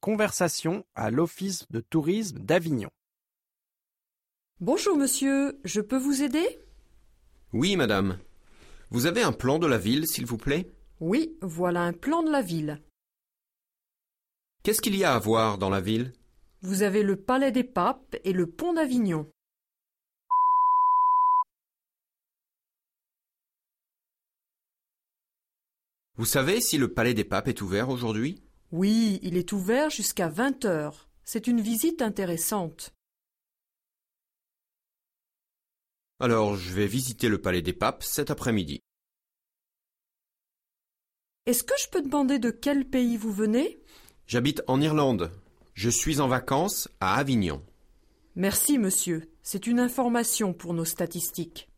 conversation à l'Office de tourisme d'Avignon. Bonjour monsieur, je peux vous aider Oui, madame. Vous avez un plan de la ville, s'il vous plaît Oui, voilà un plan de la ville. Qu'est-ce qu'il y a à voir dans la ville Vous avez le Palais des Papes et le pont d'Avignon. Vous savez si le palais des papes est ouvert aujourd'hui Oui, il est ouvert jusqu'à 20 heures. C'est une visite intéressante. Alors, je vais visiter le palais des papes cet après-midi. Est-ce que je peux demander de quel pays vous venez J'habite en Irlande. Je suis en vacances à Avignon. Merci monsieur, c'est une information pour nos statistiques.